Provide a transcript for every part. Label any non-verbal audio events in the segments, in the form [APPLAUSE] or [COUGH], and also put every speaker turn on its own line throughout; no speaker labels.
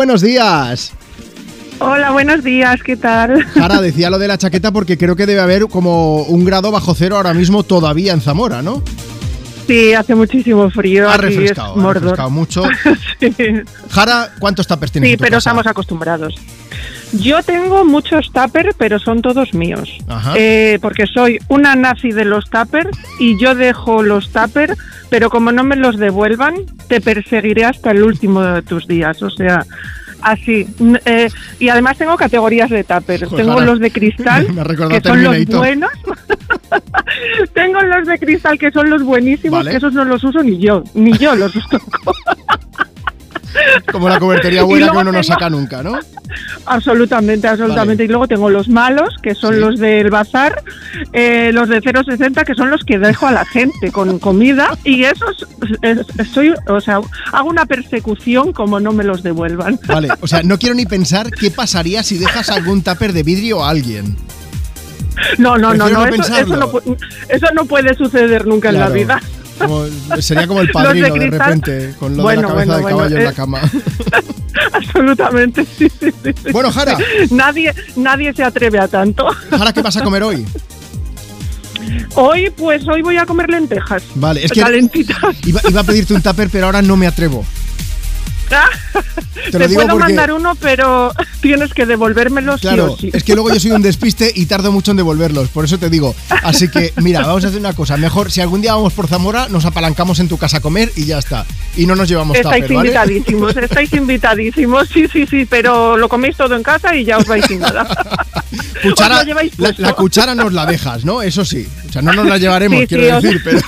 Buenos días.
Hola, buenos días, ¿qué tal? [LAUGHS]
Jara, decía lo de la chaqueta porque creo que debe haber como un grado bajo cero ahora mismo todavía en Zamora, ¿no?
Sí, hace muchísimo frío.
Ha
aquí es
refrescado, ha
Mordor.
refrescado mucho.
[LAUGHS] Sí.
Jara, ¿cuántos tuppers tienes
Sí,
en tu
pero
casa?
estamos acostumbrados. Yo tengo muchos tupper, pero son todos míos.
Ajá.
Eh, porque soy una nazi de los tupper y yo dejo los tupper, pero como no me los devuelvan, te perseguiré hasta el último de tus días. O sea, así. N- eh, y además tengo categorías de tupper.
Joder,
tengo
Sara,
los
[LAUGHS]
de cristal,
me ha recordado
que son los
Terminator.
buenos. [LAUGHS] tengo los de cristal, que son los buenísimos,
Vale.
que esos no los uso ni yo. Ni yo los uso.
[LAUGHS] Como la cobertería
[LAUGHS] Y
buena que
luego
uno no
tengo-
saca nunca, ¿no?
Absolutamente, absolutamente. Y luego tengo los malos, que son
Sí.
los del bazar, eh, los de 0,60, que son los que dejo a la gente con comida. Y esos, eh, soy, o sea, hago una persecución como no me los devuelvan.
Vale, o sea, no quiero ni pensar qué pasaría si dejas algún tupper de vidrio a alguien.
No, no, no,
Prefiero
no,
no
eso, eso, no
pensarlo.
pu- eso no puede suceder nunca en la
Claro.
vida. [LAUGHS]
Como- sería como el
Los de
padrino de,
cristal.
repente, con lo de
Bueno,
la cabeza
bueno,
de
bueno,
caballo en la
eh.
cama.
absolutamente, sí, sí, sí. sí.
Bueno,
[LAUGHS]
Jara,
Nadie, nadie se atreve a tanto.
Jara, ¿qué vas a comer hoy?
Hoy, pues hoy voy a comer lentejas.
Vale, es que
Calentitas.
iba, iba a pedirte un tupper, pero ahora no me
[LAUGHS]
atrevo. Te
Te,
lo digo
puedo
porque-
mandar uno, pero [LAUGHS] tienes que devolvérmelos
Claro,
sí o sí.
es que luego yo soy un despiste y tardo mucho en devolverlos, por eso te digo. Así que, mira, vamos a hacer una cosa. Mejor, si algún día vamos por Zamora, nos apalancamos en tu casa a comer y ya está. Y no nos llevamos
Estáis
tupper, ¿vale?
invitadísimos, estáis invitadísimos, sí, sí, sí, pero lo coméis todo en casa y ya os vais
[LAUGHS]
sin nada.
Ah, Cuchara-
Os lo lleváis
la,
puesto.
la cuchara nos la dejas, ¿no? Eso sí. O sea, no nos la llevaremos,
Sí, sí,
quiero
os-
decir, pero.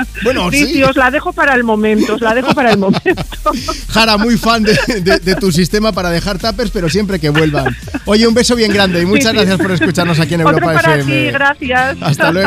[LAUGHS] bueno,
sí,
sí.
sí, os la dejo para el momento, os la dejo para el momento.
Jara, muy fan de, de- de tu sistema para dejar tapers, pero siempre que vuelvan. Oye, un beso bien grande y muchas
sí.
gracias por escucharnos aquí en
[LAUGHS] Otro
Europa
para
FM.
ti, gracias. [LAUGHS]
Hasta luego.